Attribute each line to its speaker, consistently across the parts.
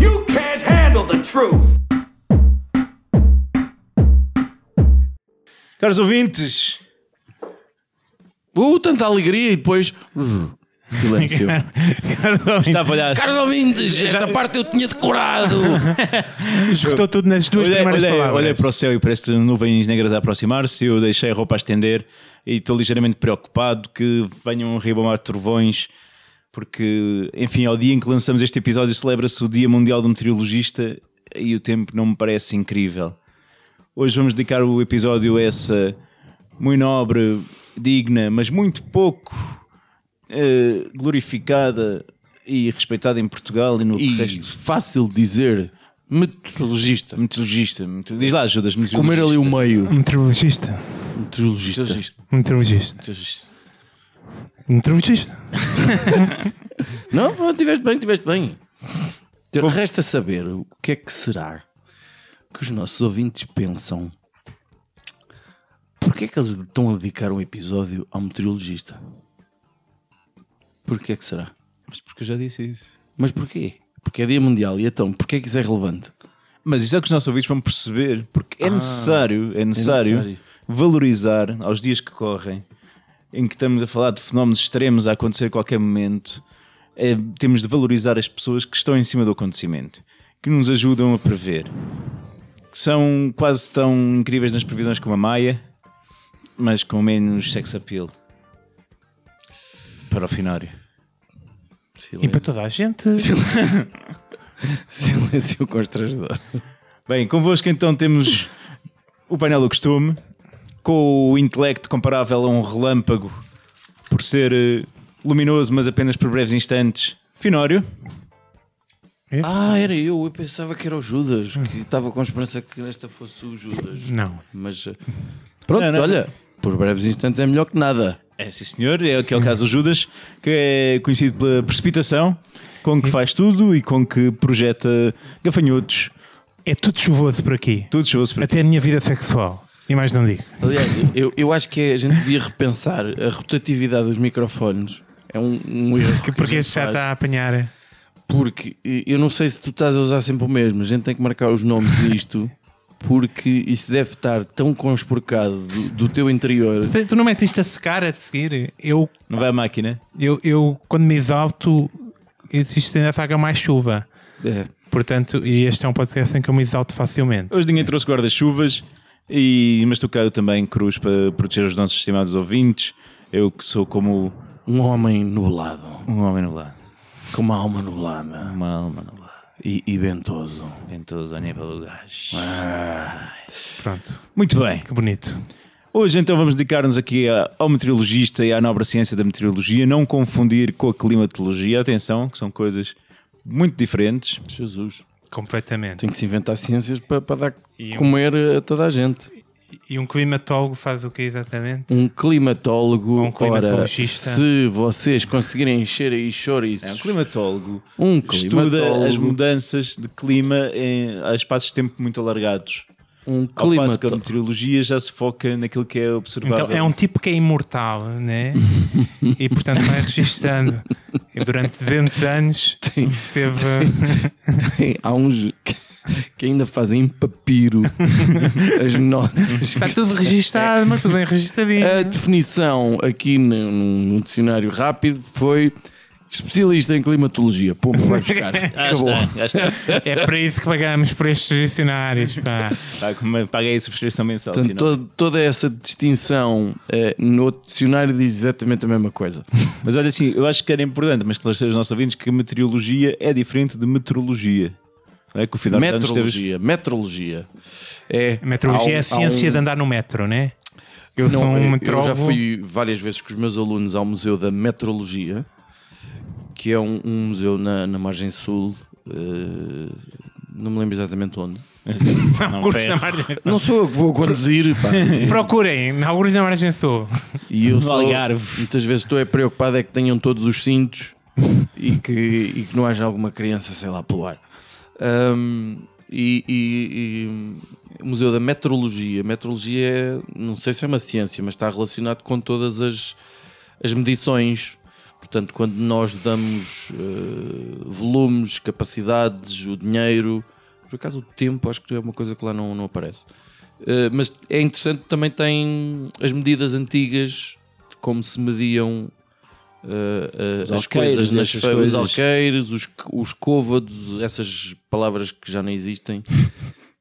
Speaker 1: You can't handle the truth.
Speaker 2: Caros ouvintes,
Speaker 3: Uh, tanta alegria e depois. zzz, Silêncio.
Speaker 2: caros ouvintes,
Speaker 4: Estava a olhar.
Speaker 3: Caros ouvintes, esta parte eu tinha decorado.
Speaker 2: escutou tudo nas duas
Speaker 4: Olhei,
Speaker 2: primeiras
Speaker 4: olhei-
Speaker 2: palavras.
Speaker 4: olhei para o céu e parece nuvens negras a aproximar-se. Eu deixei a roupa a estender e estou ligeiramente preocupado que venham ribomar trovões. Porque, enfim, ao dia em que lançamos este episódio, celebra-se o Dia Mundial do Meteorologista e o tempo não me parece incrível. Hoje vamos dedicar o episódio a essa muito nobre, digna, mas muito pouco eh, glorificada e respeitada em Portugal e no
Speaker 3: E
Speaker 4: resto
Speaker 3: fácil dizer, meteorologista.
Speaker 4: Meteorologista, meteorologista. diz lá, ajudas
Speaker 3: Comer ali o meio.
Speaker 2: Meteorologista.
Speaker 3: Meteorologista.
Speaker 2: Meteorologista. Meteorologista.
Speaker 3: Não, pô, tiveste bem, tiveste bem. Te- Resta saber o que é que será que os nossos ouvintes pensam. Porquê é que eles estão a dedicar um episódio ao meteorologista? Porquê é que será?
Speaker 4: Mas porque eu já disse isso.
Speaker 3: Mas porquê? Porque é dia mundial e então, porquê é que isso é relevante?
Speaker 4: Mas isso é que os nossos ouvintes vão perceber, porque é, necessário, é necessário,
Speaker 3: necessário.
Speaker 4: valorizar aos dias que correm, em que estamos a falar de fenómenos extremos a acontecer a qualquer momento, é, temos de valorizar as pessoas que estão em cima do acontecimento, que nos ajudam a prever, que são quase tão incríveis nas previsões como a Maia, mas com menos sex appeal. Para o finário.
Speaker 2: E para toda a gente.
Speaker 3: Silêncio constrangedor.
Speaker 4: Bem, convosco então temos o painel do costume, com o intelecto comparável a um relâmpago, por ser eh, luminoso, mas apenas por breves instantes. Finório,
Speaker 3: Ah, era eu, eu pensava que era o Judas, que estava com esperança que nesta fosse o Judas.
Speaker 2: Não.
Speaker 3: Mas eh, pronto,
Speaker 4: Não, não.
Speaker 3: olha, por breves instantes é melhor que nada.
Speaker 4: é sim senhor, é, que é o caso do Judas, que é conhecido pela precipitação, com que faz tudo e com que projeta gafanhotos,
Speaker 2: É tudo chuvoso por aqui.
Speaker 4: tudo chegou-se para
Speaker 2: Até a minha vida sexual. E mais não digo.
Speaker 3: Aliás, eu, eu acho que a gente devia repensar a rotatividade dos microfones. É um, um erro. que a
Speaker 2: Porque
Speaker 3: gente
Speaker 2: este já
Speaker 3: faz.
Speaker 2: está a apanhar.
Speaker 3: Porque eh, eu não sei se tu estás a usar sempre o mesmo, a gente tem que marcar os nomes disto, porque isso deve estar tão conspurcado do, do teu interior.
Speaker 2: Tu- Tu não metes isto a secar a seguir? Eu,
Speaker 4: Não vai à máquina?
Speaker 2: eu, eu quando me exalto, existe ainda saga mais chuva.
Speaker 3: É.
Speaker 2: Portanto, e este é um podcast em que eu me exalto facilmente.
Speaker 4: Hoje ninguém trouxe guarda-chuvas, e mas tu caiu também cruz para proteger os nossos estimados ouvintes. Eu que sou como
Speaker 3: Um homem nublado,
Speaker 4: um homem no lado,
Speaker 3: com uma alma nublada
Speaker 4: uma alma no lado.
Speaker 3: e, e ventoso.
Speaker 4: Ventoso a nível do gás.
Speaker 2: Pronto,
Speaker 4: Muito bem.
Speaker 2: que bonito.
Speaker 4: Hoje então vamos dedicar-nos aqui a- ao meteorologista e à nobre ciência da meteorologia. Não confundir com a climatologia. Atenção, que são coisas muito diferentes.
Speaker 3: Jesus.
Speaker 2: Completamente.
Speaker 3: Tem que se inventar ciências para, para dar
Speaker 2: E um-
Speaker 3: comer a toda a gente.
Speaker 2: E um climatólogo faz o que exatamente?
Speaker 3: Um climatólogo,
Speaker 2: Um climatologista.
Speaker 3: ora, se vocês conseguirem encher aí chouriços,
Speaker 4: É, um climatólogo
Speaker 3: um
Speaker 4: estuda as
Speaker 3: climatólogo,
Speaker 4: mudanças de clima em, a espaços de tempo muito alargados.
Speaker 3: um
Speaker 4: Ao passo que a
Speaker 3: climatólogo.
Speaker 4: meteorologia já se foca naquilo que é observável.
Speaker 2: Então é um tipo que é imortal, né? E portanto vai registando. E durante 200 anos
Speaker 3: Tem-
Speaker 2: teve. né?
Speaker 3: Há uns que- que ainda fazem em papiro as notas.
Speaker 2: Está tudo registado, mas tudo bem registadinho.
Speaker 3: A definição aqui no, no dicionário rápido foi especialista em climatologia. Pum, vai buscar.
Speaker 4: Ah,
Speaker 3: Acabou.
Speaker 4: está, já está.
Speaker 2: É para isso que pagamos por estes dicionários. Pá.
Speaker 4: Está com uma- Paguei a subscrição mensal.
Speaker 3: Portanto,
Speaker 4: afinal.
Speaker 3: todo- toda essa distinção eh, no outro dicionário diz exatamente a mesma coisa.
Speaker 4: Mas olha assim, eu acho que era importante, mas esclarecer aos nossos ouvintes que meteorologia é diferente de meteorologia. Não é que o final já nos teve-
Speaker 3: metrologia. Metrologia. É,
Speaker 2: A metrologia
Speaker 3: há
Speaker 2: é a
Speaker 3: um- há
Speaker 2: ciência
Speaker 3: um-
Speaker 2: de andar no metro, né? Eu sou
Speaker 3: Não, eh,
Speaker 2: um
Speaker 3: eu- eu
Speaker 2: metrólogo.
Speaker 3: já fui várias vezes com os meus alunos ao Museu da Metrologia, que é um, um museu na, na margem sul, eh, não me lembro exatamente onde.
Speaker 4: Não,
Speaker 2: Algures
Speaker 4: peço.
Speaker 2: na margem.
Speaker 3: Não sou eu que vou conduzir, pá.
Speaker 2: Procurem, alguns na margem sul.
Speaker 3: E eu sou,
Speaker 4: Algarve.
Speaker 3: muitas vezes estou é preocupado é que tenham todos os cintos e que, e que não haja alguma criança, sei lá, pelo ar. Ahm, e, e- e o Museu da Metrologia. Metrologia é, não sei se é uma ciência, mas está relacionado com todas as, as medições. Portanto, quando nós damos eh, volumes, capacidades, o dinheiro, por acaso o tempo, acho que é uma coisa que lá não, não aparece. Eh, mas é interessante, também tem as medidas antigas de como se mediam eh, eh,
Speaker 5: Os
Speaker 3: as
Speaker 5: alqueires,
Speaker 3: coisas nas
Speaker 5: essas
Speaker 3: fe- os
Speaker 5: coisas.
Speaker 3: alqueires, os, os côvados, essas palavras que já não existem.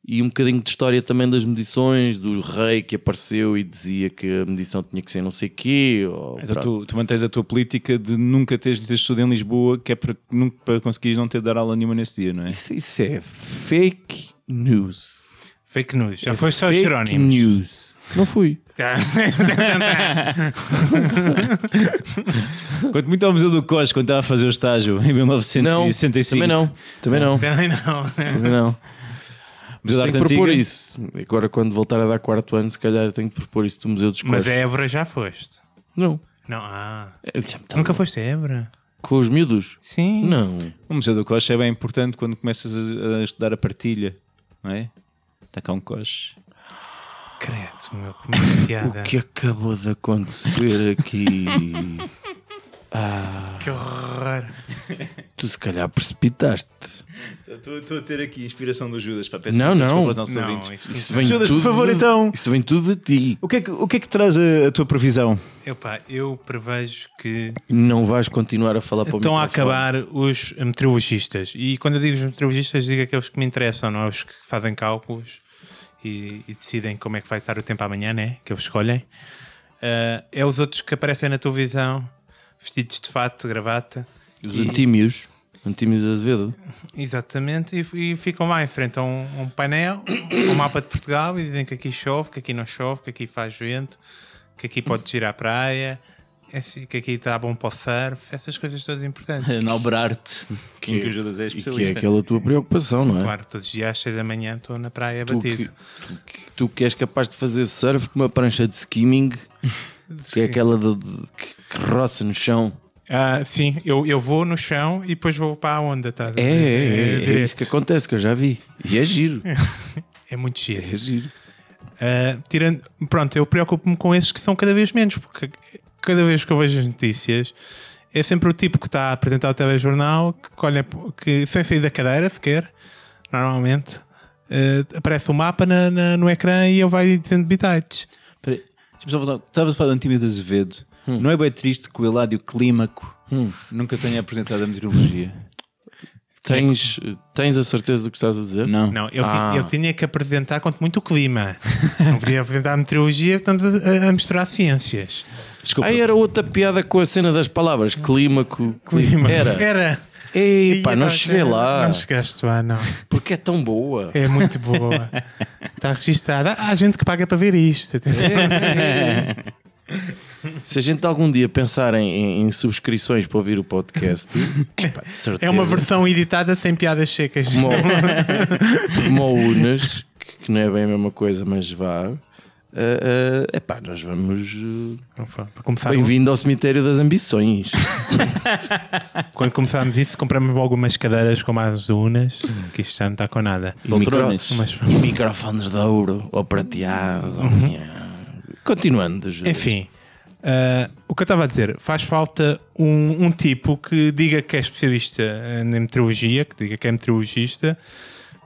Speaker 3: E um bocadinho de história também das medições, do rei que apareceu e dizia que a medição tinha que ser não sei quê. Ou,
Speaker 4: Então
Speaker 3: pronto.
Speaker 4: tu, tu mantens a tua política de nunca teres de ter estudo em Lisboa, que é para, nunca, para conseguires não ter de dar aula nenhuma nesse dia, não é?
Speaker 3: Isso, isso é fake news.
Speaker 2: Fake news. Já foi só
Speaker 3: É fake
Speaker 2: Jerónimos.
Speaker 3: news. Não fui.
Speaker 2: Tá.
Speaker 4: Quanto muito ao Museu do Cos, quando estava a fazer o estágio em
Speaker 3: Não,
Speaker 4: 1965.
Speaker 3: também não. Também não.
Speaker 2: Também não.
Speaker 3: Também não. Mas
Speaker 4: Museu da
Speaker 3: tenho que
Speaker 4: Arte
Speaker 3: propor
Speaker 4: Antiga.
Speaker 3: isso. Agora, quando voltar a dar quarto ano, se calhar tenho que propor isso do Museu dos Coches.
Speaker 2: Mas é- a Évora já foste.
Speaker 3: Não.
Speaker 2: Não, ah.
Speaker 3: Eu já me tava-
Speaker 2: Nunca foste a Évora?
Speaker 3: Com os miúdos?
Speaker 2: Sim.
Speaker 3: Não.
Speaker 4: O Museu do Cos é bem importante quando começas a, a estudar a partilha, não é? Está cá um Cos.
Speaker 2: Credo, meu, que uma piada.
Speaker 3: O que acabou de acontecer aqui?
Speaker 2: Que horror.
Speaker 3: tu se calhar precipitaste.
Speaker 4: Estou a ter aqui inspiração do Judas para
Speaker 3: Não, não.
Speaker 2: Não, isso-
Speaker 3: Isso vem
Speaker 4: Judas, por
Speaker 3: tudo
Speaker 4: favor,
Speaker 3: de-
Speaker 4: então.
Speaker 3: Isso vem tudo de ti.
Speaker 4: O que, é que, o que é que traz a, a tua previsão?
Speaker 2: Epá, eu prevejo que
Speaker 3: Não vais continuar a falar para o
Speaker 2: estão Então, a
Speaker 3: microfone.
Speaker 2: acabar os meteorologistas. E quando eu digo os meteorologistas, digo aqueles que me interessam, não é? Os que fazem cálculos e, e decidem como é que vai estar o tempo amanhã, né? Que eles escolhem. Ah, é os outros que aparecem na televisão, vestidos de fato, gravata.
Speaker 3: Os
Speaker 2: E-
Speaker 3: antímios. Antímios Azevedo.
Speaker 2: Exatamente, e, e ficam lá em frente a um, um painel, um mapa de Portugal, e dizem que aqui chove, que aqui não chove, que aqui faz vento, que aqui pode girar à praia, esse- que aqui está bom para o surf, essas coisas todas
Speaker 3: É.
Speaker 2: importantes.
Speaker 4: Nobrar-te. Que, que o Judas é
Speaker 3: E que é
Speaker 4: especialista.
Speaker 3: aquela tua preocupação, não é?
Speaker 2: Claro, todos os dias às seis da manhã estou na praia
Speaker 3: Tu
Speaker 2: batido.
Speaker 3: que, tu, que, tu que és capaz de fazer surf com uma prancha de skimming, que é aquela de- de- que, que roça no chão.
Speaker 2: Ah, sim, eu, eu vou no chão e depois vou para a onda, tá?
Speaker 3: É, é, é, é
Speaker 2: direto.
Speaker 3: isso que acontece, que eu já vi. E é giro.
Speaker 2: É muito giro.
Speaker 3: É giro.
Speaker 2: Uh, tirando, pronto, eu preocupo-me com esses que são cada vez menos, porque cada vez que eu vejo as notícias é sempre o tipo que está a apresentar o telejornal que, olha, que sem sair da cadeira sequer, normalmente, uh, aparece o mapa na- na- no ecrã e ele vai dizendo bitites.
Speaker 4: Peraí, deixa-me só voltar. Estavas a falar do Antímio de Azevedo. Não é bem triste que o Eládio Clímaco nunca tenha apresentado a meteorologia?
Speaker 3: Tens, tens a certeza do que estás a dizer?
Speaker 4: Não.
Speaker 2: Não, ele, ti-
Speaker 3: Ah.
Speaker 2: ele tinha que apresentar quanto muito o clima. Não podia apresentar a meteorologia, estamos a, a- a misturar ciências.
Speaker 4: Desculpa.
Speaker 3: Aí era outra piada com a cena das palavras. Clímaco. Clima.
Speaker 2: Clima.
Speaker 3: Era.
Speaker 2: Era.
Speaker 3: Epá,
Speaker 2: Ia,
Speaker 3: não
Speaker 2: tá,
Speaker 3: cheguei lá.
Speaker 2: Não chegaste lá, não.
Speaker 3: Porque é tão boa.
Speaker 2: É muito boa. Está registada. Há gente que paga para ver isto. atenção.
Speaker 3: É. Se a gente algum dia pensar em, em- em subscrições para ouvir o podcast, epá, de certeza.
Speaker 2: É uma versão editada sem piadas secas.
Speaker 3: como, o- como o Unas, que, que não é bem a mesma coisa, mas vá. É epá, nós vamos. eh,
Speaker 2: Para começar,
Speaker 3: Bem-vindo ao cemitério das ambições.
Speaker 2: quando começámos isso, compramos logo umas cadeiras com mais dunas, que isto já não está com nada.
Speaker 4: Poltronas.
Speaker 2: Mas,
Speaker 3: E microfones de ouro, ou prateado. ou pinhão. Continuando, Júlio.
Speaker 2: Uhum. enfim, ah, o que eu estava a dizer, faz falta um, um tipo que diga que é especialista em meteorologia, que diga que é meteorologista,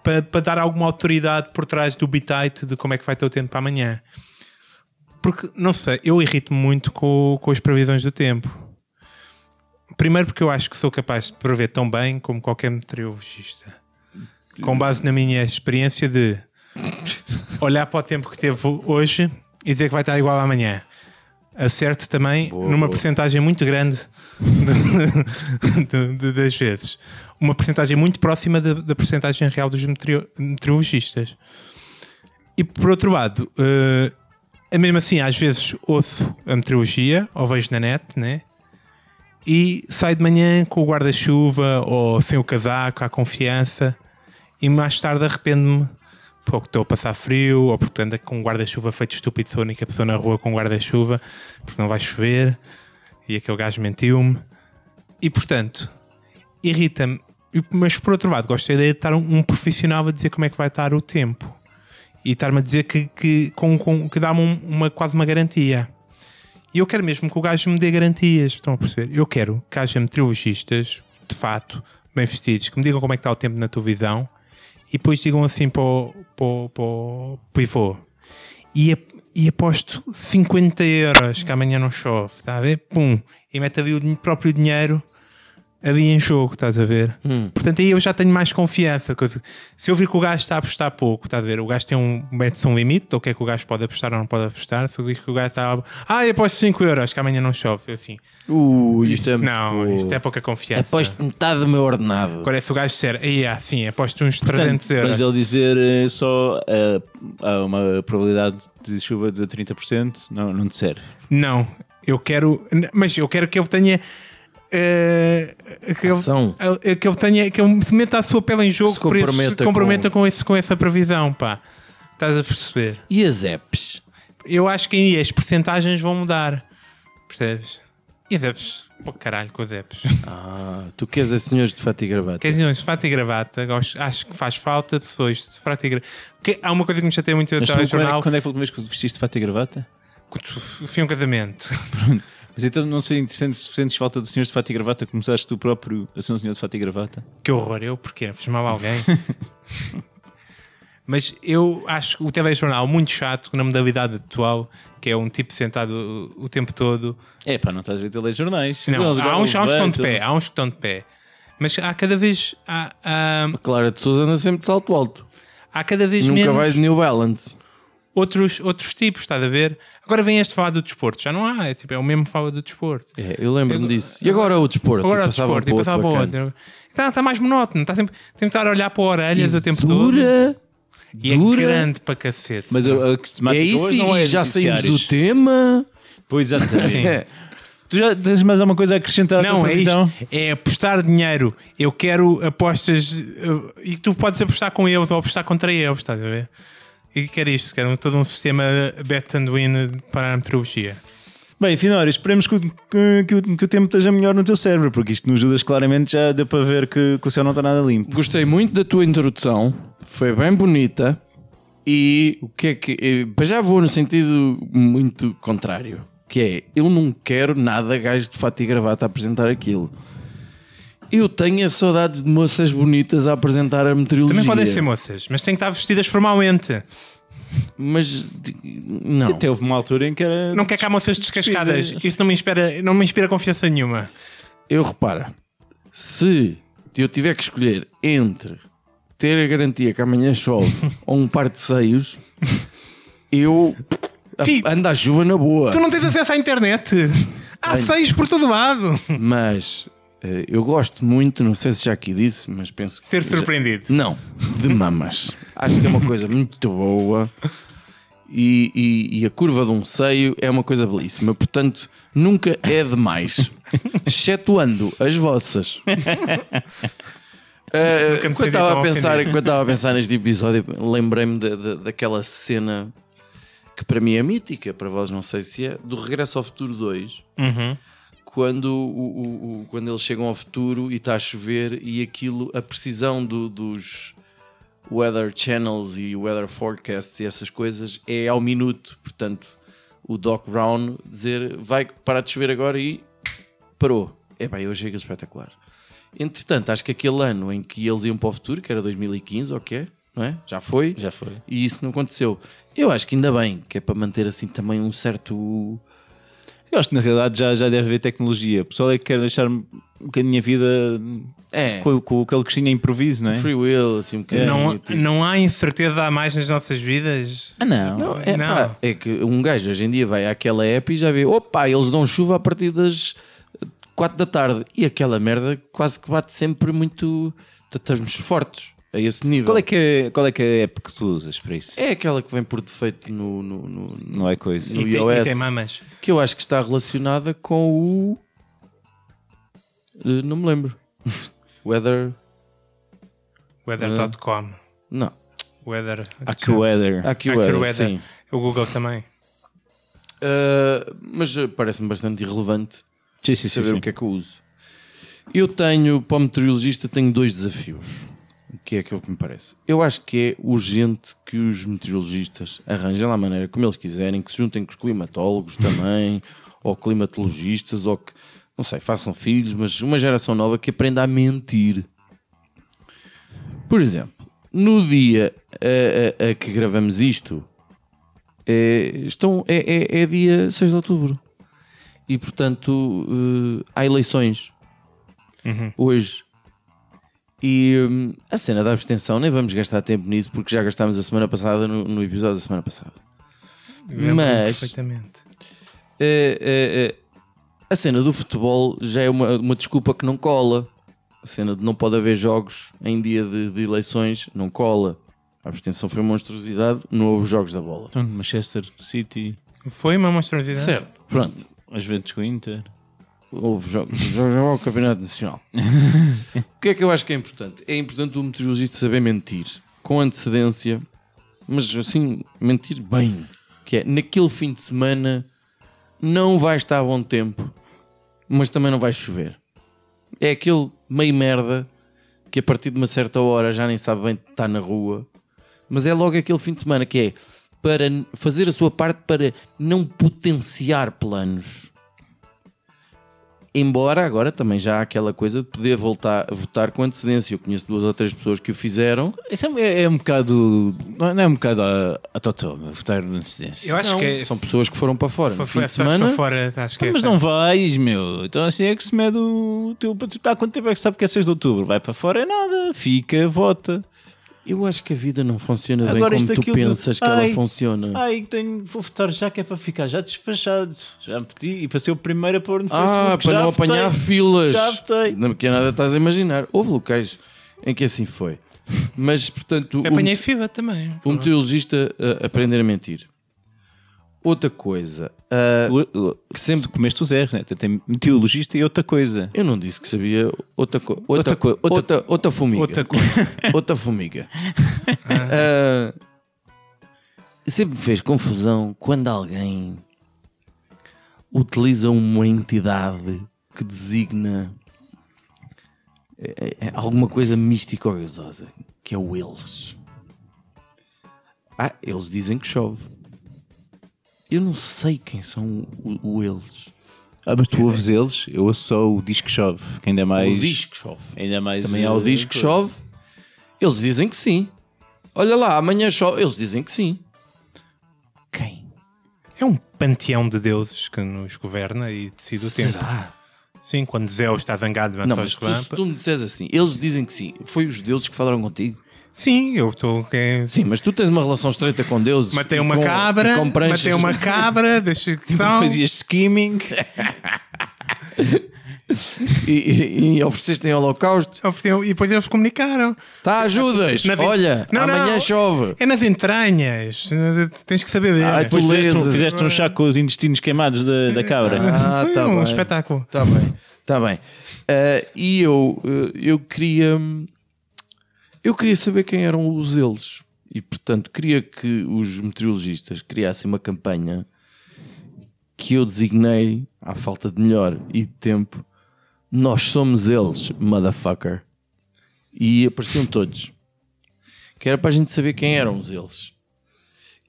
Speaker 2: para, para dar alguma autoridade por trás do bitite de como é que vai ter o tempo para amanhã. Porque, não sei, eu irrito-me muito com, com as previsões do tempo. Primeiro porque eu acho que sou capaz de prever tão bem como qualquer meteorologista. Com base na minha experiência de olhar para o tempo que teve hoje e dizer que vai estar igual amanhã. Acerto também numa porcentagem muito grande de- de- de- das vezes. Uma porcentagem muito próxima da, da porcentagem real dos meteo- meteorologistas. E por outro lado, eh, é mesmo assim, às vezes ouço a meteorologia ou vejo na net, né? E saio de manhã com o guarda-chuva ou sem o casaco, à confiança, e mais tarde arrependo-me porque estou a passar frio ou porque ando com um guarda-chuva feito estúpido, sou a única pessoa na rua com um guarda-chuva porque não vai chover e aquele gajo mentiu-me. E portanto, irrita-me E- Mas por outro lado, gosto da ideia de estar um, um profissional a dizer como é que vai estar o tempo e estar-me a dizer que, que, com, com- que dá-me um- uma, quase uma garantia. E eu quero mesmo que o gajo me dê garantias, estão a perceber? Eu quero que haja meteorologistas, de fato, bem vestidos, que me digam como é que está o tempo na televisão e depois digam assim para o, para o, para o pivô. E, ap- e aposto 50 euros que amanhã não chove, está a ver? Pum! E mete ali o din- próprio dinheiro havia em jogo, estás a ver?
Speaker 3: Hum.
Speaker 2: Portanto, aí eu já tenho mais confiança. Coisa- Se eu vir que o gajo está a apostar pouco, estás a ver? O gajo tem um, mete-se um limite, ou o que é que o gajo pode apostar ou não pode apostar. Se eu vir que o gajo está a. Ah, eu aposto 5 euros, que amanhã não chove. Eu assim.
Speaker 3: Uh, isto, é muito
Speaker 2: não,
Speaker 3: bom.
Speaker 2: isto é pouca confiança.
Speaker 3: Aposto metade do meu ordenado.
Speaker 2: Agora, se o gajo disser, aí ah, sim, aposto uns 300 euros.
Speaker 4: Mas ele dizer eh, só eh, há uma probabilidade de chuva de 30% não, não te serve.
Speaker 2: Não, eu quero. n- Mas eu quero que ele tenha. eh, que,
Speaker 3: Ação.
Speaker 2: ele, eh, que ele tenha que ele se meta a sua pele em jogo
Speaker 3: Se
Speaker 2: por isso se
Speaker 3: comprometa
Speaker 2: comprometa
Speaker 3: com-
Speaker 2: com... esse, com essa previsão pá. estás a perceber
Speaker 3: E as apps?
Speaker 2: eu acho que aí as percentagens vão mudar percebes e as apps pô caralho com as apps
Speaker 3: Ah, tu queres a senhores de fato e gravata?
Speaker 2: Quer dizer, de fato e gravata gosto- acho que faz falta pessoas de fato e gravata Porque há uma coisa que me chateia muito no
Speaker 4: Mas tu, quando,
Speaker 2: telejornal
Speaker 4: é, quando é que foi a última vez que vestiste de fato e gravata?
Speaker 2: quando fui a um casamento
Speaker 4: Mas então não sei, sentes, sentes falta de senhores de fato e gravata? Começaste tu próprio a ser um senhor de fato e gravata?
Speaker 2: Que horror, eu porquê? Fiz mal a alguém. Mas eu acho o telejornal muito chato na modalidade atual, que é um tipo sentado o, o tempo todo.
Speaker 4: É pá, não estás a ver telejornais.
Speaker 2: Não,
Speaker 4: Eles
Speaker 2: há um
Speaker 4: agora
Speaker 2: uns, há uns que estão de pé,
Speaker 4: levantam-se.
Speaker 2: há uns que estão de pé. Mas há cada vez há, há,
Speaker 3: A Clara de Souza anda sempre de salto alto.
Speaker 2: há cada vez
Speaker 3: Nunca
Speaker 2: menos
Speaker 3: vai de New Balance.
Speaker 2: outros, outros tipos, estás a ver? Agora vem este falar do desporto, já não há, é, tipo, é o mesmo fala do desporto.
Speaker 3: É, eu lembro-me disso. E agora o desporto?
Speaker 2: Agora
Speaker 3: E
Speaker 2: o
Speaker 3: passava
Speaker 2: desporto, e
Speaker 3: para outro
Speaker 2: passava para
Speaker 3: bacana.
Speaker 2: outro. Está, está mais monótono, está sempre, sempre estar a olhar para orelhas o tempo todo.
Speaker 3: Dura.
Speaker 2: E
Speaker 3: dura.
Speaker 2: é grande para cacete.
Speaker 4: Mas a, a temática
Speaker 3: É isso
Speaker 4: hoje não
Speaker 3: e
Speaker 4: é
Speaker 3: já saímos do
Speaker 4: noticiários.
Speaker 3: tema.
Speaker 4: Pois, exatamente.
Speaker 3: É.
Speaker 4: Tu já tens mais alguma coisa a acrescentar à tua
Speaker 2: Não, é
Speaker 4: previsão?
Speaker 2: isto. É apostar dinheiro. Eu quero apostas. uh, E tu podes apostar com eles ou apostar contra eles, estás a ver? E quero isto, quero um- todo um sistema bet and win para a meteorologia.
Speaker 4: Bem, Finório, esperemos que o, que, que o- que o tempo esteja melhor no teu cérebro, porque isto nos Judas claramente já deu para ver que, que o céu não está nada limpo.
Speaker 3: Gostei muito da tua introdução, foi bem bonita. E o que é que. eh, Para já vou no sentido muito contrário: que é eu não quero nada gajo de fato e gravata a apresentar aquilo. Eu tenho as saudades de moças bonitas a apresentar a meteorologia.
Speaker 2: Também podem ser moças, mas têm que estar vestidas formalmente.
Speaker 3: Mas de- não.
Speaker 4: Até houve uma altura em que era.
Speaker 2: Não quer que há moças descascadas. Isso não me inspira, não me inspira confiança nenhuma.
Speaker 3: Eu repara, se eu tiver que escolher entre ter a garantia que amanhã chove ou um par de seios, eu a-
Speaker 2: Fi-
Speaker 3: ando à chuva na boa.
Speaker 2: Tu não tens acesso à internet. Há seis por todo lado.
Speaker 3: Mas eh, eu gosto muito, não sei se já aqui disse, mas penso que.
Speaker 2: Ser
Speaker 3: já-
Speaker 2: surpreendido.
Speaker 3: Não, de mamas. Acho que é uma coisa muito boa. E, e- e a curva de um seio é uma coisa belíssima. Portanto, nunca é demais. Excetuando as vossas. Eh,
Speaker 2: Nunca me
Speaker 3: quando,
Speaker 2: senti
Speaker 3: estava a
Speaker 2: tão
Speaker 3: pensar,
Speaker 2: ofendido.
Speaker 3: quando estava a pensar neste tipo episódio, lembrei-me da- da- daquela cena que para mim é mítica, para vós não sei se é, do Regresso ao Futuro 2
Speaker 2: Uhum.
Speaker 3: quando, o- o- o- quando eles chegam ao futuro e está a chover e aquilo, a precisão do- dos weather channels e weather forecasts e essas coisas é ao minuto. Portanto, o Doc Brown dizer vai parar de chover agora e parou. É bem, eu achei aquilo espetacular. Entretanto, acho que aquele ano em que eles iam para o futuro, que era 2015 ou o quê, não é? Já foi?
Speaker 4: Já foi.
Speaker 3: E isso não aconteceu. Eu acho que ainda bem, que é para manter assim também um certo.
Speaker 4: Eu acho que na realidade já, já deve haver tecnologia. O pessoal é que quer deixar um bocadinho a vida
Speaker 3: É.
Speaker 4: com, com aquele gostinho a improviso, não é?
Speaker 3: Free will, assim um bocadinho.
Speaker 2: Não,
Speaker 3: tipo.
Speaker 2: não há incerteza a mais nas nossas vidas.
Speaker 4: Ah, não.
Speaker 3: Não, é,
Speaker 2: Não.
Speaker 3: pá, é que um gajo hoje em dia vai àquela app e já vê, opa, eles dão chuva a partir das 4 da tarde. E aquela merda quase que bate sempre muito. Portanto, Estamos fortes a esse nível.
Speaker 4: Qual, é que é, qual é que é a app que tu usas para isso?
Speaker 3: É aquela que vem por defeito no, no- no- no-
Speaker 4: Não é coisa.
Speaker 3: No
Speaker 2: E tem, e
Speaker 3: iOS.
Speaker 2: tem mamas.
Speaker 3: que eu acho que está relacionada com o. Eh, Não me lembro. Weather.
Speaker 2: Weather.com.
Speaker 3: Não. é.
Speaker 2: Weather.
Speaker 4: AccuWeather.
Speaker 3: Aqui o
Speaker 2: Acura
Speaker 3: weather,
Speaker 2: Weather.
Speaker 3: sim.
Speaker 2: O Google também.
Speaker 3: Eh, mas eh, parece-me bastante irrelevante
Speaker 4: Sim, sim, sim,
Speaker 3: saber
Speaker 4: sim.
Speaker 3: o que é que eu uso. Eu tenho, para o meteorologista, tenho dois desafios. Que é aquilo que me parece. Eu acho que é urgente que os meteorologistas arranjem lá a maneira como eles quiserem, que se juntem com os climatólogos também, ou climatologistas, ou que, não sei, façam filhos, mas uma geração nova que aprenda a mentir. Por exemplo, no dia a, a- a que gravamos isto, é, estão, é, é- é dia 6 de outubro. E portanto, eh, há eleições hoje. E hum, a cena da abstenção, nem vamos gastar tempo nisso, porque já gastámos a semana passada no, no episódio da semana passada.
Speaker 2: Lembro-me
Speaker 3: Mas-
Speaker 2: Perfeitamente.
Speaker 3: Eh, eh, eh, a cena do futebol já é uma, uma desculpa que não cola. A cena de não pode haver jogos em dia de, de eleições não cola. A abstenção foi uma monstruosidade, não houve jogos da bola.
Speaker 4: Então, Manchester City,
Speaker 2: Foi uma monstruosidade.
Speaker 3: Pronto,
Speaker 4: às vezes com o Inter.
Speaker 3: houve jogos, jogos da bola, campeonato nacional. o que é que eu acho que é importante? É importante o meteorologista saber mentir com antecedência, mas assim, mentir bem. Que é naquele fim de semana não vai estar bom tempo, mas também não vai chover. É aquele meio merda que a partir de uma certa hora já nem sabe bem estar na rua, mas é logo aquele fim de semana que é para n- fazer a sua parte para não potenciar planos. Embora agora também já há aquela coisa de poder voltar a votar com antecedência. Eu conheço duas ou três pessoas que o fizeram.
Speaker 4: Isso é, é um bocado. Não é- não é um bocado a, a Totó, meu, votar na antecedência.
Speaker 2: Eu acho
Speaker 3: Não,
Speaker 2: que é.
Speaker 3: são pessoas que foram para fora.
Speaker 2: Foi,
Speaker 3: no fim
Speaker 2: foi,
Speaker 3: de
Speaker 2: sabes,
Speaker 3: semana,
Speaker 2: para fora, acho que é,
Speaker 4: Mas não vais, meu. Então assim é que se mede o teu. Há quanto tempo é que sabe que é 6 de outubro? Vai para fora é nada, fica, vota.
Speaker 3: eu acho que a vida não funciona bem
Speaker 4: Agora
Speaker 3: como
Speaker 4: isto,
Speaker 3: tu
Speaker 4: aquilo, tu-
Speaker 3: pensas que
Speaker 4: Ai,
Speaker 3: ela funciona.
Speaker 4: Ai, que tenho, vou votar já que é para ficar já despachado. Já me pedi e passei o primeiro a pôr no
Speaker 3: Ah,
Speaker 4: Facebook.
Speaker 3: para
Speaker 4: já
Speaker 3: não
Speaker 4: votei.
Speaker 3: apanhar filas.
Speaker 4: Já votei.
Speaker 3: Não, que é nada estás a imaginar. Houve locais em que assim foi. Mas, portanto, um
Speaker 2: Eu
Speaker 3: o,
Speaker 2: Apanhei
Speaker 3: mete-
Speaker 2: FIBA também.
Speaker 3: o meteorologista a- uh, aprender a mentir. Outra coisa, ah,
Speaker 4: O- o-
Speaker 3: que sempre.
Speaker 4: Tu comeste os erros, né? Tem meteorologista e outra coisa.
Speaker 3: Eu não disse que sabia outra coisa. Outra,
Speaker 4: Outra co-
Speaker 3: outra,
Speaker 4: outra-
Speaker 3: outra, fumiga.
Speaker 2: Outra coisa.
Speaker 3: Outra formiga. Ah, sempre me fez confusão quando alguém utiliza uma entidade que designa eh, eh, alguma coisa mística ou gasosa, que é o eles. Ah, eles dizem que chove. Eu não sei quem são o, o eles.
Speaker 4: Ah, mas tu ouves eles, eu ouço só o disco chove, que ainda é mais.
Speaker 3: O diz que chove.
Speaker 4: Ainda é mais.
Speaker 3: Também há o
Speaker 4: eh,
Speaker 3: disco que chove. Eles dizem que sim. Olha lá, amanhã chove. Eles dizem que sim. Quem?
Speaker 2: É um panteão de deuses que nos governa e decide o tempo. Ah,
Speaker 3: Será?
Speaker 2: Sim, quando Zeus está zangado, levanta
Speaker 3: Não, mas
Speaker 2: as
Speaker 3: tu, se
Speaker 2: estampa.
Speaker 3: tu me disseres assim, eles dizem que sim. Foi os deuses que falaram contigo?
Speaker 2: Sim, eu estou. é,
Speaker 3: Sim, mas tu tens uma relação estreita com deuses.
Speaker 2: Matei
Speaker 3: e
Speaker 2: uma
Speaker 3: com- e
Speaker 2: cabra,
Speaker 3: com pranchas.
Speaker 2: matei uma cabra, deixa que tal.
Speaker 4: Fazias skimming.
Speaker 3: E, e, e ofereceste em holocausto.
Speaker 2: Ofereceu- E depois eles comunicaram.
Speaker 3: Tá, ajudas.
Speaker 2: Na vin-
Speaker 3: Olha,
Speaker 2: Não, não,
Speaker 3: amanhã chove.
Speaker 2: É nas entranhas. Tens que saber ver.
Speaker 3: Ah,
Speaker 4: Depois fizeste um,
Speaker 3: Beleza.
Speaker 4: fizeste um chá com os intestinos queimados da, da cabra.
Speaker 3: Ah,
Speaker 2: Foi
Speaker 3: tá
Speaker 2: um
Speaker 3: bem.
Speaker 2: espetáculo.
Speaker 3: Está bem, está bem. Ah, e eu, eh, eu queria. Eu queria saber quem eram os eles. E portanto, queria que os meteorologistas criassem uma campanha que eu designei, à falta de melhor e de tempo, Nós somos eles, motherfucker. E apareciam todos. Que era para a gente saber quem eram os eles.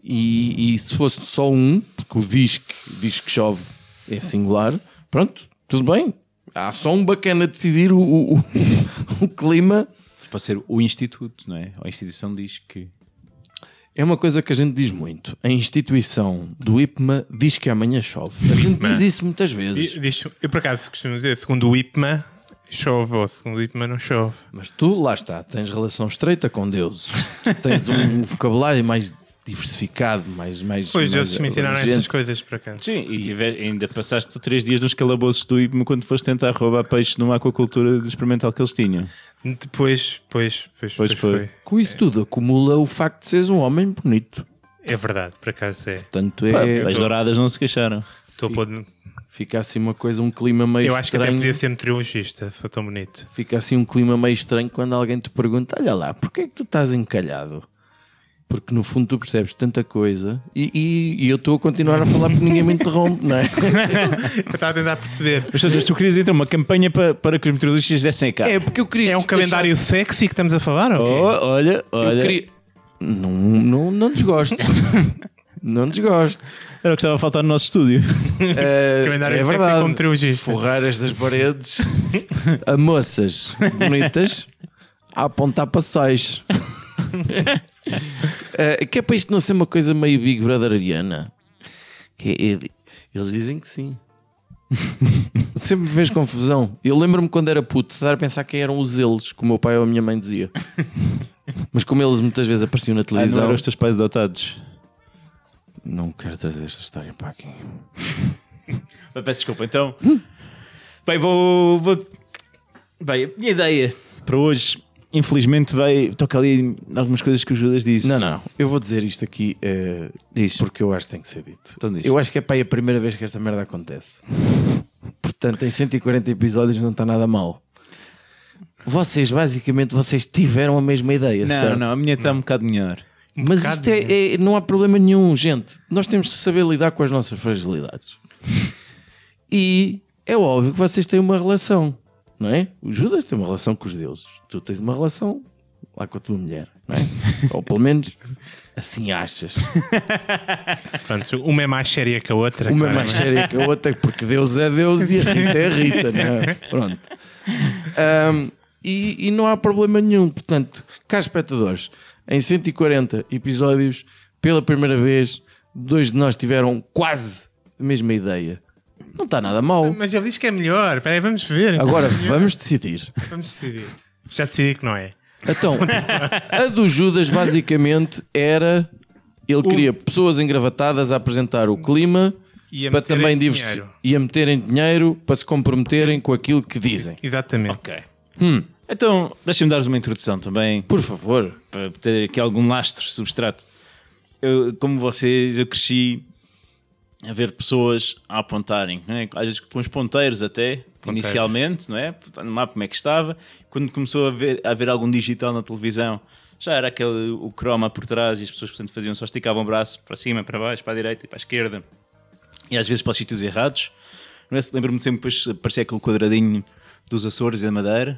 Speaker 3: E, e se fosse só um, porque o diz que, diz que chove é singular, pronto, tudo bem. Há só um bacana a decidir o, o- o- o clima.
Speaker 4: Tipo, Pode ser o instituto, não é? Ou A instituição diz que.
Speaker 3: É uma coisa que a gente diz muito. A instituição do IPMA diz que amanhã chove. A gente diz isso muitas vezes.
Speaker 2: E- diz- Eu por acaso costumo dizer, segundo o IPMA, chove, ou segundo o IPMA não chove.
Speaker 3: Mas tu, lá está, tens relação estreita com Deus. Tu tens um vocabulário mais diversificado, mais. mais mais
Speaker 2: Pois deuses me ensinaram
Speaker 3: abrangente.
Speaker 2: essas coisas por acaso.
Speaker 4: Sim, e tiver- ainda passaste três dias nos calabouços do IBM quando foste tentar roubar peixe numa aquacultura experimental que eles tinham.
Speaker 2: Depois, pois,
Speaker 4: Pois
Speaker 2: pois, pois, foi.
Speaker 4: foi.
Speaker 3: Com isso tudo, acumula o facto de seres um homem bonito.
Speaker 2: É verdade, por acaso é.
Speaker 3: Portanto, é.
Speaker 4: Pá, as douradas não se queixaram.
Speaker 2: Estou a pôr-
Speaker 3: Fica assim uma coisa, um clima meio
Speaker 2: Eu acho que até
Speaker 3: estranho.
Speaker 2: podia ser meteorologista, foi tão bonito.
Speaker 3: Fica assim um clima meio estranho quando alguém te pergunta: Olha lá, porquê é que tu estás encalhado? Porque no fundo tu percebes tanta coisa e, e- e eu estou a continuar a falar porque ninguém me interrompe, não é?
Speaker 2: Eu estava a tentar perceber.
Speaker 4: Mas portanto, tu querias então uma campanha para, para que os meteorologistas dessem cá.
Speaker 3: É porque eu queria.
Speaker 2: É um
Speaker 3: deixar-
Speaker 2: calendário sexy que estamos a falar?
Speaker 4: Oh,
Speaker 2: ou quê?
Speaker 4: olha,
Speaker 3: Eu
Speaker 4: olha.
Speaker 3: queria. Não, não, não desgosto. não desgosto.
Speaker 4: Era o que estava a faltar no nosso estúdio.
Speaker 3: Eh,
Speaker 2: Calendário
Speaker 3: é
Speaker 2: sexy
Speaker 3: verdade.
Speaker 2: como triunfista.
Speaker 3: Forrar estas paredes a moças bonitas a apontar passeios. Eh, que é para isto não ser uma coisa meio Big Brotheriana. Que é- ele- eles dizem que sim. Sempre me fez confusão. Eu lembro-me quando era puto, estar a pensar quem eram os eles, que o meu pai ou a minha mãe dizia. Mas como eles muitas vezes apareciam na
Speaker 4: Ah, não
Speaker 3: televisão.
Speaker 4: eram os teus pais adotados.
Speaker 3: Não quero trazer esta história para aqui.
Speaker 4: Peço desculpa, então. Bem, vou, vou. Bem, a minha ideia para hoje, infelizmente, vai. Toca ali em algumas coisas que o Judas disse.
Speaker 3: Não, não. Eu vou dizer isto aqui eh,
Speaker 4: Diz.
Speaker 3: porque eu acho que tem que ser dito.
Speaker 4: Então diz.
Speaker 3: eu acho que é para aí a primeira vez que esta merda acontece. Portanto, em 140 episódios não está nada mal. Vocês, basicamente, vocês tiveram a mesma ideia,
Speaker 4: Não,
Speaker 3: certo?
Speaker 4: não, a minha está um bocado melhor.
Speaker 3: Mas
Speaker 2: bocado,
Speaker 3: isto é, é- não há problema nenhum, gente. Nós temos de saber lidar com as nossas fragilidades. E é óbvio que vocês têm uma relação, não é? O Judas tem uma relação com os deuses. Tu tens uma relação lá com a tua mulher, não é? Ou pelo menos assim achas.
Speaker 2: Pronto, uma é mais séria que a outra.
Speaker 3: Oh. Uma é
Speaker 2: claro,
Speaker 3: mais
Speaker 2: não é?
Speaker 3: séria que a outra, porque Deus é Deus e a Rita é a Rita, não é? Pronto. Ahm, e, e não há problema nenhum. Portanto, caros espectadores, em 140 episódios, pela primeira vez, dois de nós tiveram quase a mesma ideia. Não está nada mal.
Speaker 2: Mas ele diz que é melhor. Espera aí, vamos ver. então.
Speaker 3: Agora vamos decidir.
Speaker 2: Vamos decidir. Já decidi que não é.
Speaker 3: Então, a do Judas basicamente era. Ele queria pessoas engravatadas a apresentar o clima
Speaker 2: E a
Speaker 3: para
Speaker 2: meterem
Speaker 3: também diversi-
Speaker 2: dinheiro.
Speaker 3: e a meterem dinheiro para se comprometerem com aquilo que dizem.
Speaker 2: Exatamente.
Speaker 4: Então, deixa-me dar-vos uma introdução também,
Speaker 3: Por favor.
Speaker 4: para ter aqui algum lastro, substrato. Eu, como vocês, eu cresci a ver pessoas a apontarem, não é? às vezes com os ponteiros até, inicialmente, não é? No mapa como é que estava. Quando começou a ver, a ver algum digital na televisão, já era aquele, o croma por trás e as pessoas, portanto, faziam, só esticavam o braço para cima, para baixo, para a direita e para a esquerda. E às vezes para os sítios errados. Não é? Lembro-me sempre depois aparecia aquele quadradinho dos Açores e da Madeira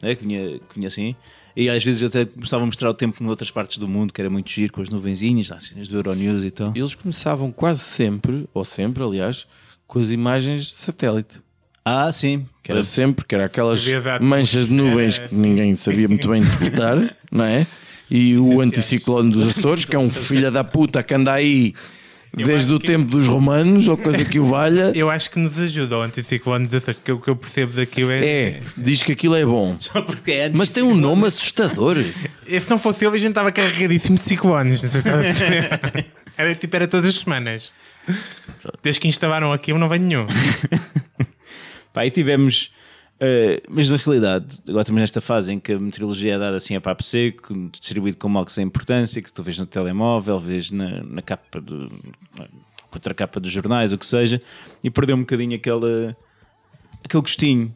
Speaker 4: né, que, vinha, que vinha assim. E às vezes até começava a mostrar o tempo em outras partes do mundo, que era muito giro, com as nuvenzinhas, lá, as cenas do Euronews e tal.
Speaker 3: Eles começavam quase sempre, ou sempre, aliás, com as imagens de satélite.
Speaker 4: Ah, sim.
Speaker 3: Que era sempre, que era aquelas
Speaker 2: Havia dado-
Speaker 3: manchas de nuvens que ninguém sabia muito bem interpretar, não é? E o anticiclone dos Açores, que é um filho da puta que anda aí desde
Speaker 2: acho
Speaker 3: o
Speaker 2: que-
Speaker 3: tempo dos romanos, ou coisa que o valha.
Speaker 2: Eu acho que nos ajuda o anticiclone 16, que o que eu percebo daquilo é...
Speaker 3: É, diz que aquilo é bom.
Speaker 4: Só porque é antes.
Speaker 3: Mas tem um nome assustador.
Speaker 2: E É, Se não fosse ele, a gente estava carregadíssimo de ciclones. não sei se estás a perceber. era tipo, era todas as semanas. Desde que instalaram aquilo, não vem nenhum.
Speaker 4: Pá, e tivemos. eh, mas na realidade, agora estamos nesta fase em que a meteorologia é dada assim a papo seco, distribuído como algo sem importância, que tu vês no telemóvel, vês na, na capa do. na contracapa dos jornais, o que seja, e perdeu um bocadinho aquela, aquele gostinho.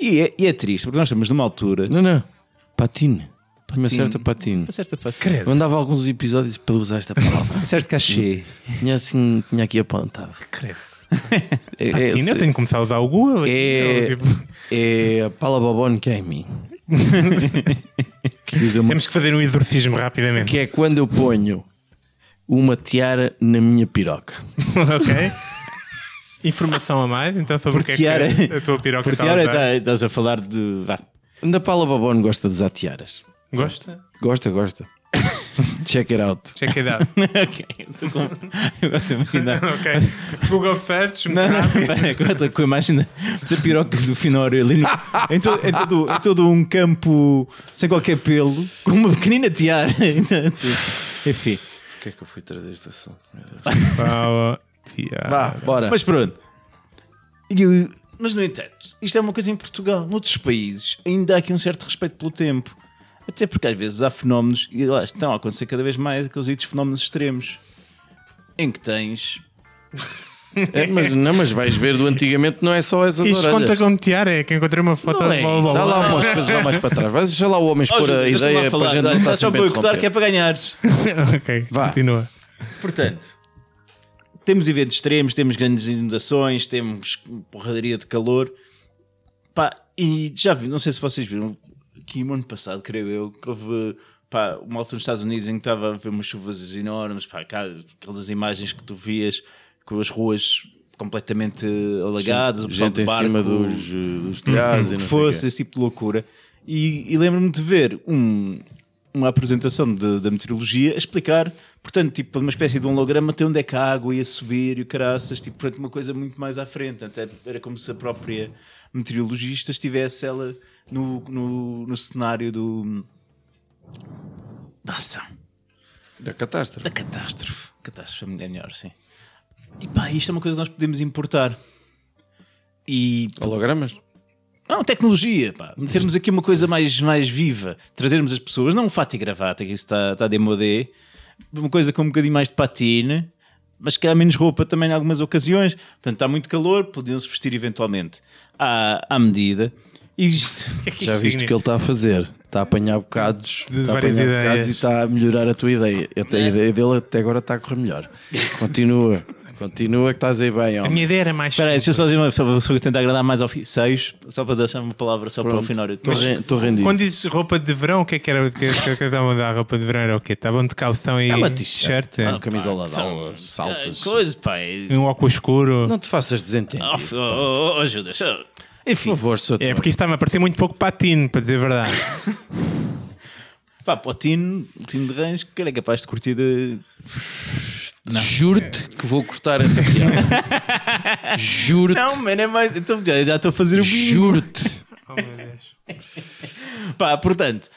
Speaker 4: E é, e é triste, porque nós estamos numa altura.
Speaker 3: Não, não. Patine. Patine. Uma certa patine.
Speaker 4: Uma certa parte.
Speaker 3: Eu andava alguns episódios para usar esta palavra.
Speaker 4: Um certo cachê.
Speaker 3: tinha assim, tinha aqui apontado.
Speaker 2: Credo.
Speaker 3: É, é,
Speaker 2: Tina, eu tenho que começar a usar o Google.
Speaker 3: é,
Speaker 2: Eu, tipo,
Speaker 3: é a pala bobone que é em mim. que, usa uma-
Speaker 2: temos que fazer um exorcismo rapidamente.
Speaker 3: que é quando eu ponho uma tiara na minha piroca.
Speaker 2: ok? Informação a mais, então, sobre o que é
Speaker 4: Tiara.
Speaker 2: que a tua piroca
Speaker 4: Por
Speaker 2: está a
Speaker 4: tiara,
Speaker 2: usar.
Speaker 4: tá- estás a falar de. Vá.
Speaker 3: Ainda a pala bobone gosta de usar tiaras.
Speaker 2: Gosta?
Speaker 3: Gosta, gosta. Check it out.
Speaker 2: Check it out.
Speaker 4: ok, estou com. Agora estou a imaginar.
Speaker 2: ok. Google Search, muito
Speaker 4: Não, não,
Speaker 2: rápido.
Speaker 4: pera, agora estou com a imagem da, da piroca do Finório ali. no- em, todo, em, todo, em todo um campo sem qualquer pelo, com uma pequenina tiara. Enfim.
Speaker 3: Porquê é que eu fui trazer este assunto?
Speaker 2: Fala, Tiara.
Speaker 3: Vá, bora.
Speaker 4: Mas pronto. E eu- mas no entanto, isto é uma coisa em Portugal. Noutros países ainda há aqui um certo respeito pelo tempo. Até porque às vezes há fenómenos, e lá estão a acontecer cada vez mais aqueles ditos fenómenos extremos, em que tens
Speaker 3: É, mas, não, mas vais ver do antigamente, não é só essas
Speaker 2: Isto conta
Speaker 3: orelhas.
Speaker 2: com tiara, é que encontrei uma foto
Speaker 3: Não
Speaker 2: de
Speaker 3: é
Speaker 2: blá,
Speaker 3: isso.
Speaker 2: blá,
Speaker 3: Dá
Speaker 2: blá.
Speaker 3: lá umas coisas lá mais para trás. Vais deixar lá o homem expor a ideia para a gente não estar
Speaker 4: só
Speaker 3: sempre
Speaker 4: para
Speaker 3: a
Speaker 4: acusar que é
Speaker 3: interromper.
Speaker 4: para ganhares.
Speaker 2: ok,
Speaker 3: Vá.
Speaker 2: continua.
Speaker 4: Portanto, temos eventos extremos, temos grandes inundações, temos porradaria de calor. Pá, e já vi, não sei se vocês viram, que no ano passado, creio eu, que houve pá, uma altura nos Estados Unidos em que estava a ver umas chuvas enormes, pá, cá, aquelas imagens que tu vias com as ruas completamente alagadas, o pessoal
Speaker 3: Gente
Speaker 4: de
Speaker 3: em
Speaker 4: barco,
Speaker 3: cima dos, eh, dos telhados e não
Speaker 4: Hum, que
Speaker 3: sei
Speaker 4: fosse
Speaker 3: o quê.
Speaker 4: esse tipo de loucura. E, e lembro-me de ver um- uma apresentação de- da meteorologia a explicar, portanto, tipo, uma espécie de um holograma até onde é que a água ia subir e o caraças, tipo, portanto, uma coisa muito mais à frente. Até era como se a própria meteorologista estivesse ela no, no, no cenário do, da ação,
Speaker 3: Da catástrofe.
Speaker 4: da catástrofe. Catástrofe é melhor, sim. E pá, isto é uma coisa que nós podemos importar. E
Speaker 3: Hologramas?
Speaker 4: não, tecnologia, pá. Metermos aqui uma coisa mais, mais viva. Trazermos as pessoas, não um fato e gravata, que isso está tá demodé. Uma coisa com um bocadinho mais de patina, mas que há menos roupa também em algumas ocasiões. Portanto, está muito calor, podiam-se vestir eventualmente à, à medida. E isto...
Speaker 2: Que
Speaker 3: Já
Speaker 2: isto
Speaker 3: viste o que
Speaker 2: significa?
Speaker 3: ele está a fazer? Está a apanhar bocados,
Speaker 2: De
Speaker 3: está a
Speaker 2: várias
Speaker 3: apanhar
Speaker 2: ideias.
Speaker 3: bocados e está a melhorar a tua ideia. Até
Speaker 4: É.
Speaker 3: A ideia dele até agora está a correr melhor. Continua, continua que estás aí bem,
Speaker 2: A
Speaker 3: homem.
Speaker 2: minha ideia era mais.
Speaker 4: Espera aí, deixa eu só dizer uma só para- só para tentar agradar mais ao fi- Seios, só para deixar uma palavra só para o
Speaker 3: Pronto, é
Speaker 4: final.
Speaker 3: Estou ren- estou rendido.
Speaker 2: Quando dizes roupa de verão, o que é que era o que é que estavam a dar roupa de verão? Era o quê? Estavam de calção e
Speaker 3: É uma t-shirt,
Speaker 2: t-shirt?
Speaker 3: é.
Speaker 2: é?
Speaker 3: uma camisola de aulas, salsas.
Speaker 4: Coisa, pá. Ah, é-
Speaker 2: E Um óculos escuro?
Speaker 3: Não te faças desentendido.
Speaker 4: Oh, f- oh, oh, oh, Judas. oh.
Speaker 3: Por favor, sou
Speaker 2: Ah, É porque isto está-me a parecer muito pouco patino, para dizer a verdade.
Speaker 4: Pá, para o Tino, o Tino de Rãs, que ele é capaz de curtir de...
Speaker 3: Juro-te que vou cortar essa piada. Juro-te.
Speaker 4: Não, mano, é mais. Então, já já estou a fazer o mínimo.
Speaker 3: Juro-te.
Speaker 4: Pá, portanto.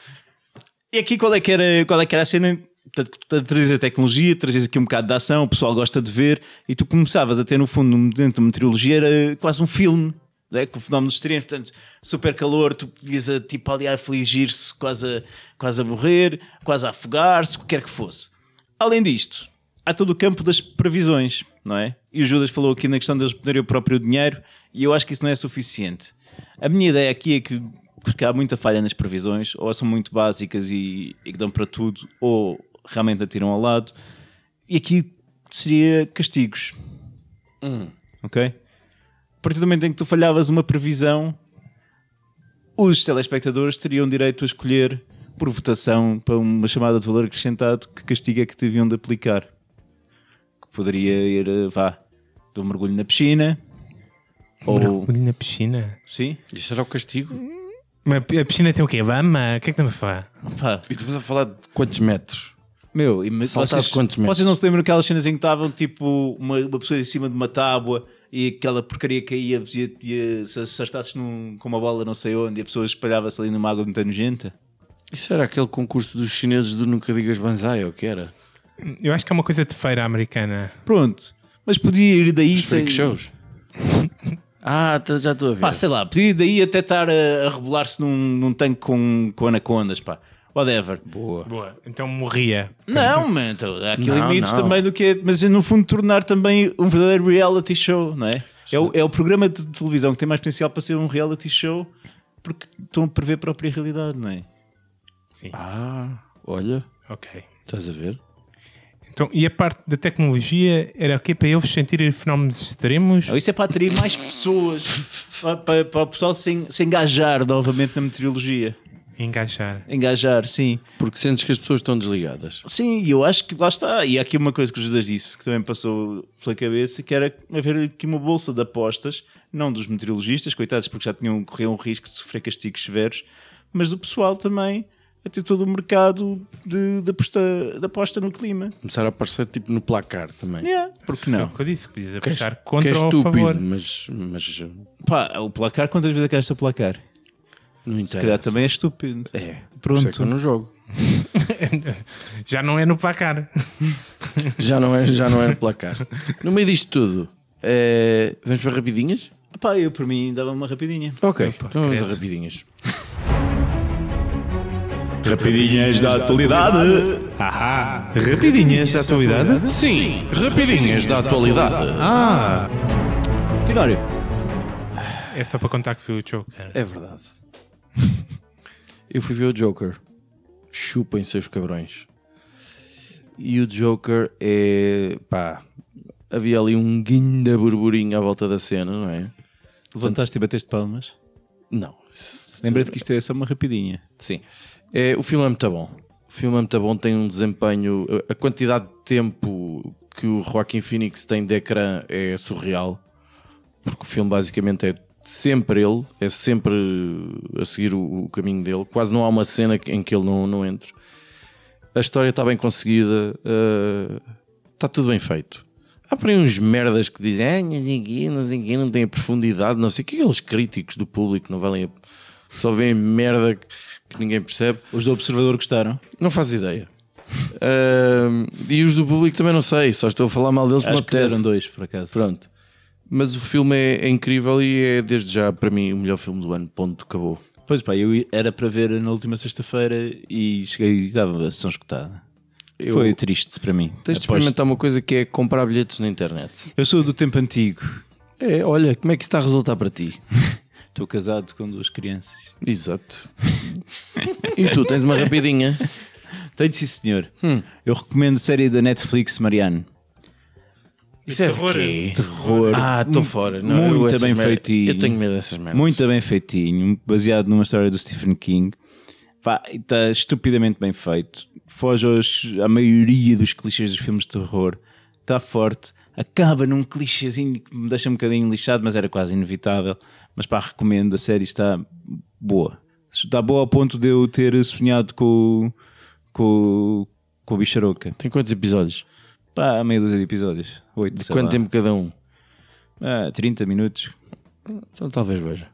Speaker 4: E aqui qual é que era, qual é que era a cena? Portanto, tu trazes a tecnologia, trazes aqui um bocado de ação, o pessoal gosta de ver, e tu começavas a ter no fundo, dentro de uma trilogia, era quase um filme. Não é? Com fenómenos extremos, portanto, super calor, tu podias a, tipo, ali a afligir-se, quase a, quase a morrer, quase a afogar-se, o que quer que fosse. Além disto, há todo o campo das previsões, não é? E o Judas falou aqui na questão deles poderem o próprio dinheiro, e eu acho que isso não é suficiente. A minha ideia aqui é que, que há muita falha nas previsões, ou são muito básicas e, e que dão para tudo, ou realmente atiram ao lado. E aqui seria castigos. Ok? A partir do momento em que tu falhavas uma previsão, os telespectadores teriam direito a escolher por votação para uma chamada de valor acrescentado que castigo é que deviam de aplicar. Que poderia ir, eh, vá, de um mergulho na piscina, ou...
Speaker 2: Um Mergulho na piscina.
Speaker 4: Sim?
Speaker 3: Isto era o castigo?
Speaker 2: Mas a piscina tem o quê? Bama? O que é que estamos a falar?
Speaker 4: Pá,
Speaker 3: E estamos a falar de quantos metros?
Speaker 4: Meu, e me-
Speaker 3: Saltar
Speaker 4: vocês,
Speaker 3: de quantos metros?
Speaker 4: vocês não se lembram aquelas cenas em que estavam tipo uma, uma pessoa em cima de uma tábua e aquela porcaria caía e, e se acertasses num- com uma bola não sei onde e a pessoa espalhava-se ali numa água muito nojenta?
Speaker 3: Isso era aquele concurso dos chineses do Nunca Digas Banzai, ou o que era?
Speaker 2: Eu acho que é uma coisa de feira americana.
Speaker 4: Pronto, mas podia ir daí
Speaker 3: Os
Speaker 4: sem...
Speaker 3: freak shows? Ah, tá- já estou a ver.
Speaker 4: Pá, sei lá, podia ir daí até estar a, a rebolar-se num, num tanque com, com anacondas, pá. Whatever.
Speaker 3: Boa.
Speaker 2: Boa. Então morria.
Speaker 4: Não, man, então, há aqui
Speaker 3: Não,
Speaker 4: limites
Speaker 3: não.
Speaker 4: também do que é, mas no fundo tornar também um verdadeiro reality show, não é? É o, é o programa de televisão que tem mais potencial para ser um reality show porque estão a prever a própria realidade, não é?
Speaker 3: Ah, olha,
Speaker 2: Ok.
Speaker 3: estás a ver?
Speaker 2: Então, e a parte da tecnologia era o quê? Para eles sentirem fenómenos extremos?
Speaker 4: Não, isso é para atrair mais pessoas, para, para, para o pessoal se, en- se engajar novamente na meteorologia.
Speaker 2: Engajar.
Speaker 4: Engajar, sim.
Speaker 3: Porque sentes que as pessoas estão desligadas.
Speaker 4: Sim, e eu acho que lá está. E há aqui uma coisa que o Judas disse que também passou pela cabeça, que era haver aqui uma bolsa de apostas, não dos meteorologistas, coitados, porque já tinham corriam o risco de sofrer castigos severos, mas do pessoal também a ter todo o mercado de, de aposta, de aposta no clima.
Speaker 3: Começaram a aparecer tipo no placar também.
Speaker 4: Yeah, porque
Speaker 2: Foi o
Speaker 4: não?
Speaker 2: que eu disse. Podias
Speaker 3: Que é
Speaker 2: apostar
Speaker 3: est-
Speaker 2: É, contra
Speaker 3: que é
Speaker 2: ou a
Speaker 3: estúpido,
Speaker 2: favor.
Speaker 3: mas, mas
Speaker 4: Pá, o placar, quantas vezes é que esta placar?
Speaker 3: não interessa.
Speaker 4: Se calhar também é estúpido.
Speaker 3: É,
Speaker 4: Pronto.
Speaker 3: pronto. É que eu não jogo.
Speaker 2: Já não é no placar.
Speaker 3: Já não é, já não é no placar. No meio disto tudo, eh, vamos para rapidinhas?
Speaker 4: Pá, eu por mim dava uma rapidinha.
Speaker 3: Ok, então vamos a
Speaker 2: credo.
Speaker 3: rapidinhas.
Speaker 4: Rapidinhas da atualidade.
Speaker 2: Ahá. Rapidinhas da atualidade?
Speaker 3: Sim, rapidinhas da atualidade.
Speaker 2: Ah!
Speaker 4: Finório.
Speaker 2: É só para contar que fui o Joker.
Speaker 3: É verdade. Eu fui ver o Joker. Chupem seus cabrões. E o Joker é. pá. Havia ali um guinda burburinho à volta da cena, não é?
Speaker 4: Levantaste e bateste palmas.
Speaker 3: Não.
Speaker 4: Lembrei-te que isto é só uma rapidinha.
Speaker 3: Sim. É, o filme é muito bom. O filme é muito bom, tem um desempenho. a- A quantidade de tempo que o Joaquim Phoenix tem de ecrã é surreal. Porque o filme basicamente é sempre ele, é sempre a seguir o, o caminho dele. Quase não há uma cena que- em que ele não, não entre. A história está bem conseguida, eh, está tudo bem feito. Há por aí uns merdas que dizem, ah, não sei quê, não sei quê, não tem a profundidade, não sei o que. Aqueles críticos do público não valem a... Só veem merda que- que ninguém percebe.
Speaker 4: Os do Observador gostaram?
Speaker 3: Não faz ideia. Ahm, e os do público também não sei, só estou a falar mal deles
Speaker 4: Acho
Speaker 3: porque
Speaker 4: que
Speaker 3: me
Speaker 4: deram
Speaker 3: apetece.
Speaker 4: dois, por acaso.
Speaker 3: Pronto. Mas o filme é, é incrível e é desde já para mim o melhor filme do ano. Ponto, acabou.
Speaker 4: Pois pá, eu era para ver na última sexta-feira e cheguei e estava a sessão escutada.
Speaker 3: Eu-
Speaker 4: Foi triste para mim.
Speaker 3: Tens de
Speaker 4: Aposto-
Speaker 3: experimentar uma coisa que é comprar bilhetes na internet.
Speaker 4: Eu sou do tempo antigo.
Speaker 3: É, olha, como é que isso está a resultar para ti?
Speaker 4: Estou casado com duas crianças.
Speaker 3: Exato. e tu tens uma rapidinha.
Speaker 4: Tenho sim, senhor.
Speaker 3: Hum.
Speaker 4: Eu recomendo a série da Netflix, Mariano.
Speaker 3: Isso é de
Speaker 2: terror.
Speaker 3: quê?
Speaker 4: Terror.
Speaker 3: Ah, estou fora. Não, eu
Speaker 4: Hum, muito
Speaker 3: essas
Speaker 4: bem
Speaker 3: mer-
Speaker 4: feitinho.
Speaker 3: Eu tenho medo dessas merdas.
Speaker 4: Muito bem feitinho, baseado numa história do Stephen King. Pá, está estupidamente bem feito. Foge aos, à maioria dos clichês dos filmes de terror. Está forte. Acaba num clichêzinho que me deixa um bocadinho lixado, mas era quase inevitável. Mas pá, recomendo. A série está boa. Está boa ao ponto de eu ter sonhado com, o- com, o- com o Bicharoca.
Speaker 3: Tem quantos episódios?
Speaker 4: Pá, há meia dúzia de episódios. Oito,
Speaker 3: De
Speaker 4: sei
Speaker 3: quanto
Speaker 4: lá.
Speaker 3: tempo cada um?
Speaker 4: Ah, 30 minutos.
Speaker 3: Então talvez veja.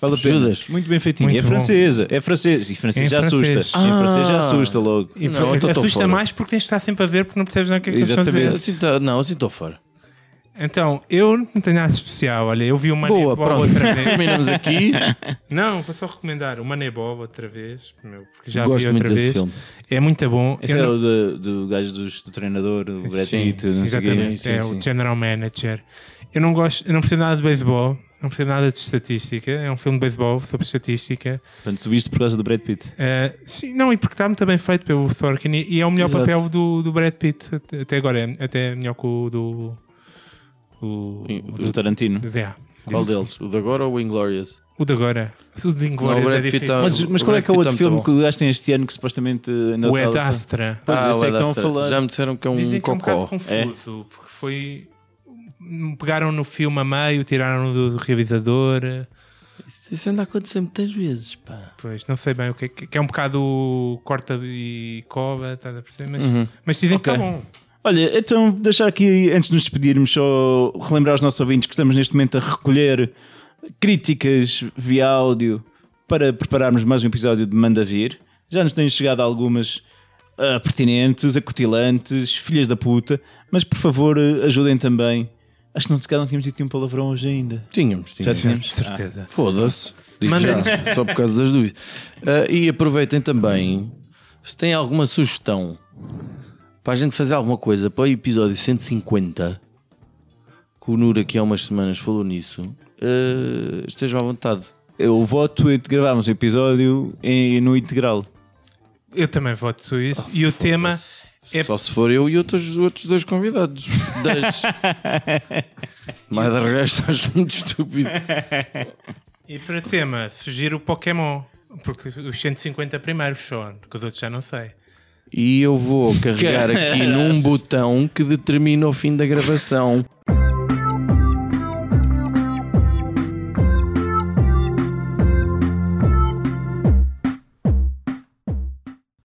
Speaker 4: Vale a pena.
Speaker 3: Judas.
Speaker 4: Muito bem feitinho.
Speaker 2: Muito
Speaker 4: é
Speaker 2: bom.
Speaker 4: francesa, é francesa. E francês
Speaker 2: Em
Speaker 4: já
Speaker 2: francês.
Speaker 4: assusta. Ah. Em francês já assusta logo.
Speaker 2: E
Speaker 3: Não, eu tô- tô
Speaker 2: assusta
Speaker 3: fora.
Speaker 2: mais porque tens de estar sempre a ver porque não percebes nada o que é que eles estão a
Speaker 4: Exatamente.
Speaker 2: dizer.
Speaker 3: Assim tá- não, assim estou fora.
Speaker 2: Então, eu não tenho nada especial. Olha, eu vi o
Speaker 3: Boa,
Speaker 2: Moneyball
Speaker 3: pronto.
Speaker 2: outra vez.
Speaker 3: Terminamos aqui.
Speaker 2: Não, vou só recomendar o Moneyball outra vez. meu, porque já
Speaker 3: Gosto
Speaker 2: vi
Speaker 3: muito
Speaker 2: outra
Speaker 3: desse
Speaker 2: vez.
Speaker 3: filme.
Speaker 2: É muito bom.
Speaker 4: Esse
Speaker 2: Eu
Speaker 4: é
Speaker 2: não-
Speaker 4: o do, do gajo dos- do treinador, o Brad
Speaker 2: Sim,
Speaker 4: Pitt, não sei o quê.
Speaker 2: exatamente.
Speaker 3: Sim,
Speaker 2: é
Speaker 3: sim, sim.
Speaker 2: o General Manager. Eu não gosto, eu não percebo nada de beisebol, não percebo nada de estatística. É um filme de beisebol sobre estatística.
Speaker 4: Portanto, tu viste por causa do Brad Pitt.
Speaker 2: Eh, sim, não, e porque está muito bem feito pelo Sorkin e, e é o melhor
Speaker 3: Exato.
Speaker 2: papel do, do Brad Pitt at- até agora. É- Até é melhor que o do. O,
Speaker 3: E-
Speaker 4: Do Tarantino.
Speaker 2: do Zé.
Speaker 3: Qual deles? O de agora ou o Inglorious?
Speaker 2: O de agora. O de Inglourious
Speaker 3: Não, o Brad
Speaker 2: é
Speaker 3: Pitt
Speaker 2: difícil.
Speaker 3: tá-
Speaker 4: Mas, mas qual é que é o
Speaker 3: O
Speaker 4: outro
Speaker 3: Brad Pitt tá
Speaker 4: filme
Speaker 3: muito
Speaker 4: que o gajo tem este ano que supostamente eh, não
Speaker 2: o Ed
Speaker 4: está a lançar?
Speaker 2: Astra.
Speaker 4: Pois,
Speaker 3: Ah,
Speaker 4: esse é
Speaker 3: o
Speaker 4: que estão a
Speaker 3: Adastra.
Speaker 4: falar.
Speaker 3: Já me disseram que é
Speaker 2: Dizem
Speaker 3: um
Speaker 2: que é um bocado
Speaker 3: cocó.
Speaker 2: confuso, porque foi. Pegaram no filme a meio, tiraram do realizador.
Speaker 3: Isso anda a acontecer muitas vezes, pá.
Speaker 2: Pois, não sei bem o que é que que é um bocado corta e cova, estás a perceber? Mas, mas dizem que
Speaker 4: Ok.
Speaker 2: está bom.
Speaker 4: Olha, então deixar aqui, antes de nos despedirmos, só relembrar aos nossos ouvintes que estamos neste momento a recolher críticas via áudio para prepararmos mais um episódio de Manda Vir. Já nos têm chegado algumas ah, pertinentes, acutilantes, filhas da puta, mas por favor ah, ajudem também. Acho que não, se calhar não tínhamos dito nenhum palavrão hoje ainda.
Speaker 3: Tínhamos,
Speaker 4: Já
Speaker 3: tínhamos.
Speaker 4: tínhamos?
Speaker 2: certeza.
Speaker 3: Foda-se. Digo
Speaker 2: Manda-
Speaker 3: já, só por causa das dúvidas. Ah, e aproveitem também, se têm alguma sugestão para a gente fazer alguma coisa para o episódio 150, que o Nur aqui há umas semanas falou nisso, ah, estejam à vontade.
Speaker 4: Eu voto é de gravarmos o episódio em- no integral.
Speaker 2: Ah. Eu também voto isso. e o tema é.
Speaker 3: Só se for eu e outros, outros dois convidados. Dois. Mas de resto acho muito estúpido.
Speaker 2: E para tema, sugiro o Pokémon. Porque os 150 primeiros só, porque os outros já não sei.
Speaker 3: E eu vou carregar aqui num botão que determina o fim da gravação.